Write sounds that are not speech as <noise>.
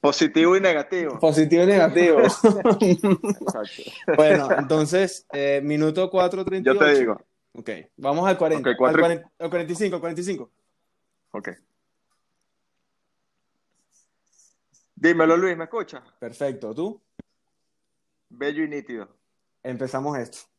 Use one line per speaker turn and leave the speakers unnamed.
Positivo y negativo.
Positivo y
<laughs>
negativo.
Exacto.
bueno, entonces, eh, minuto 4.38.
Yo te digo.
Ok, vamos al 40.
Ok, cuatro y-
al 40 al 45, 45.
Ok. Dímelo, Luis, ¿me escuchas?
Perfecto, ¿tú?
Bello y nítido.
Empezamos esto.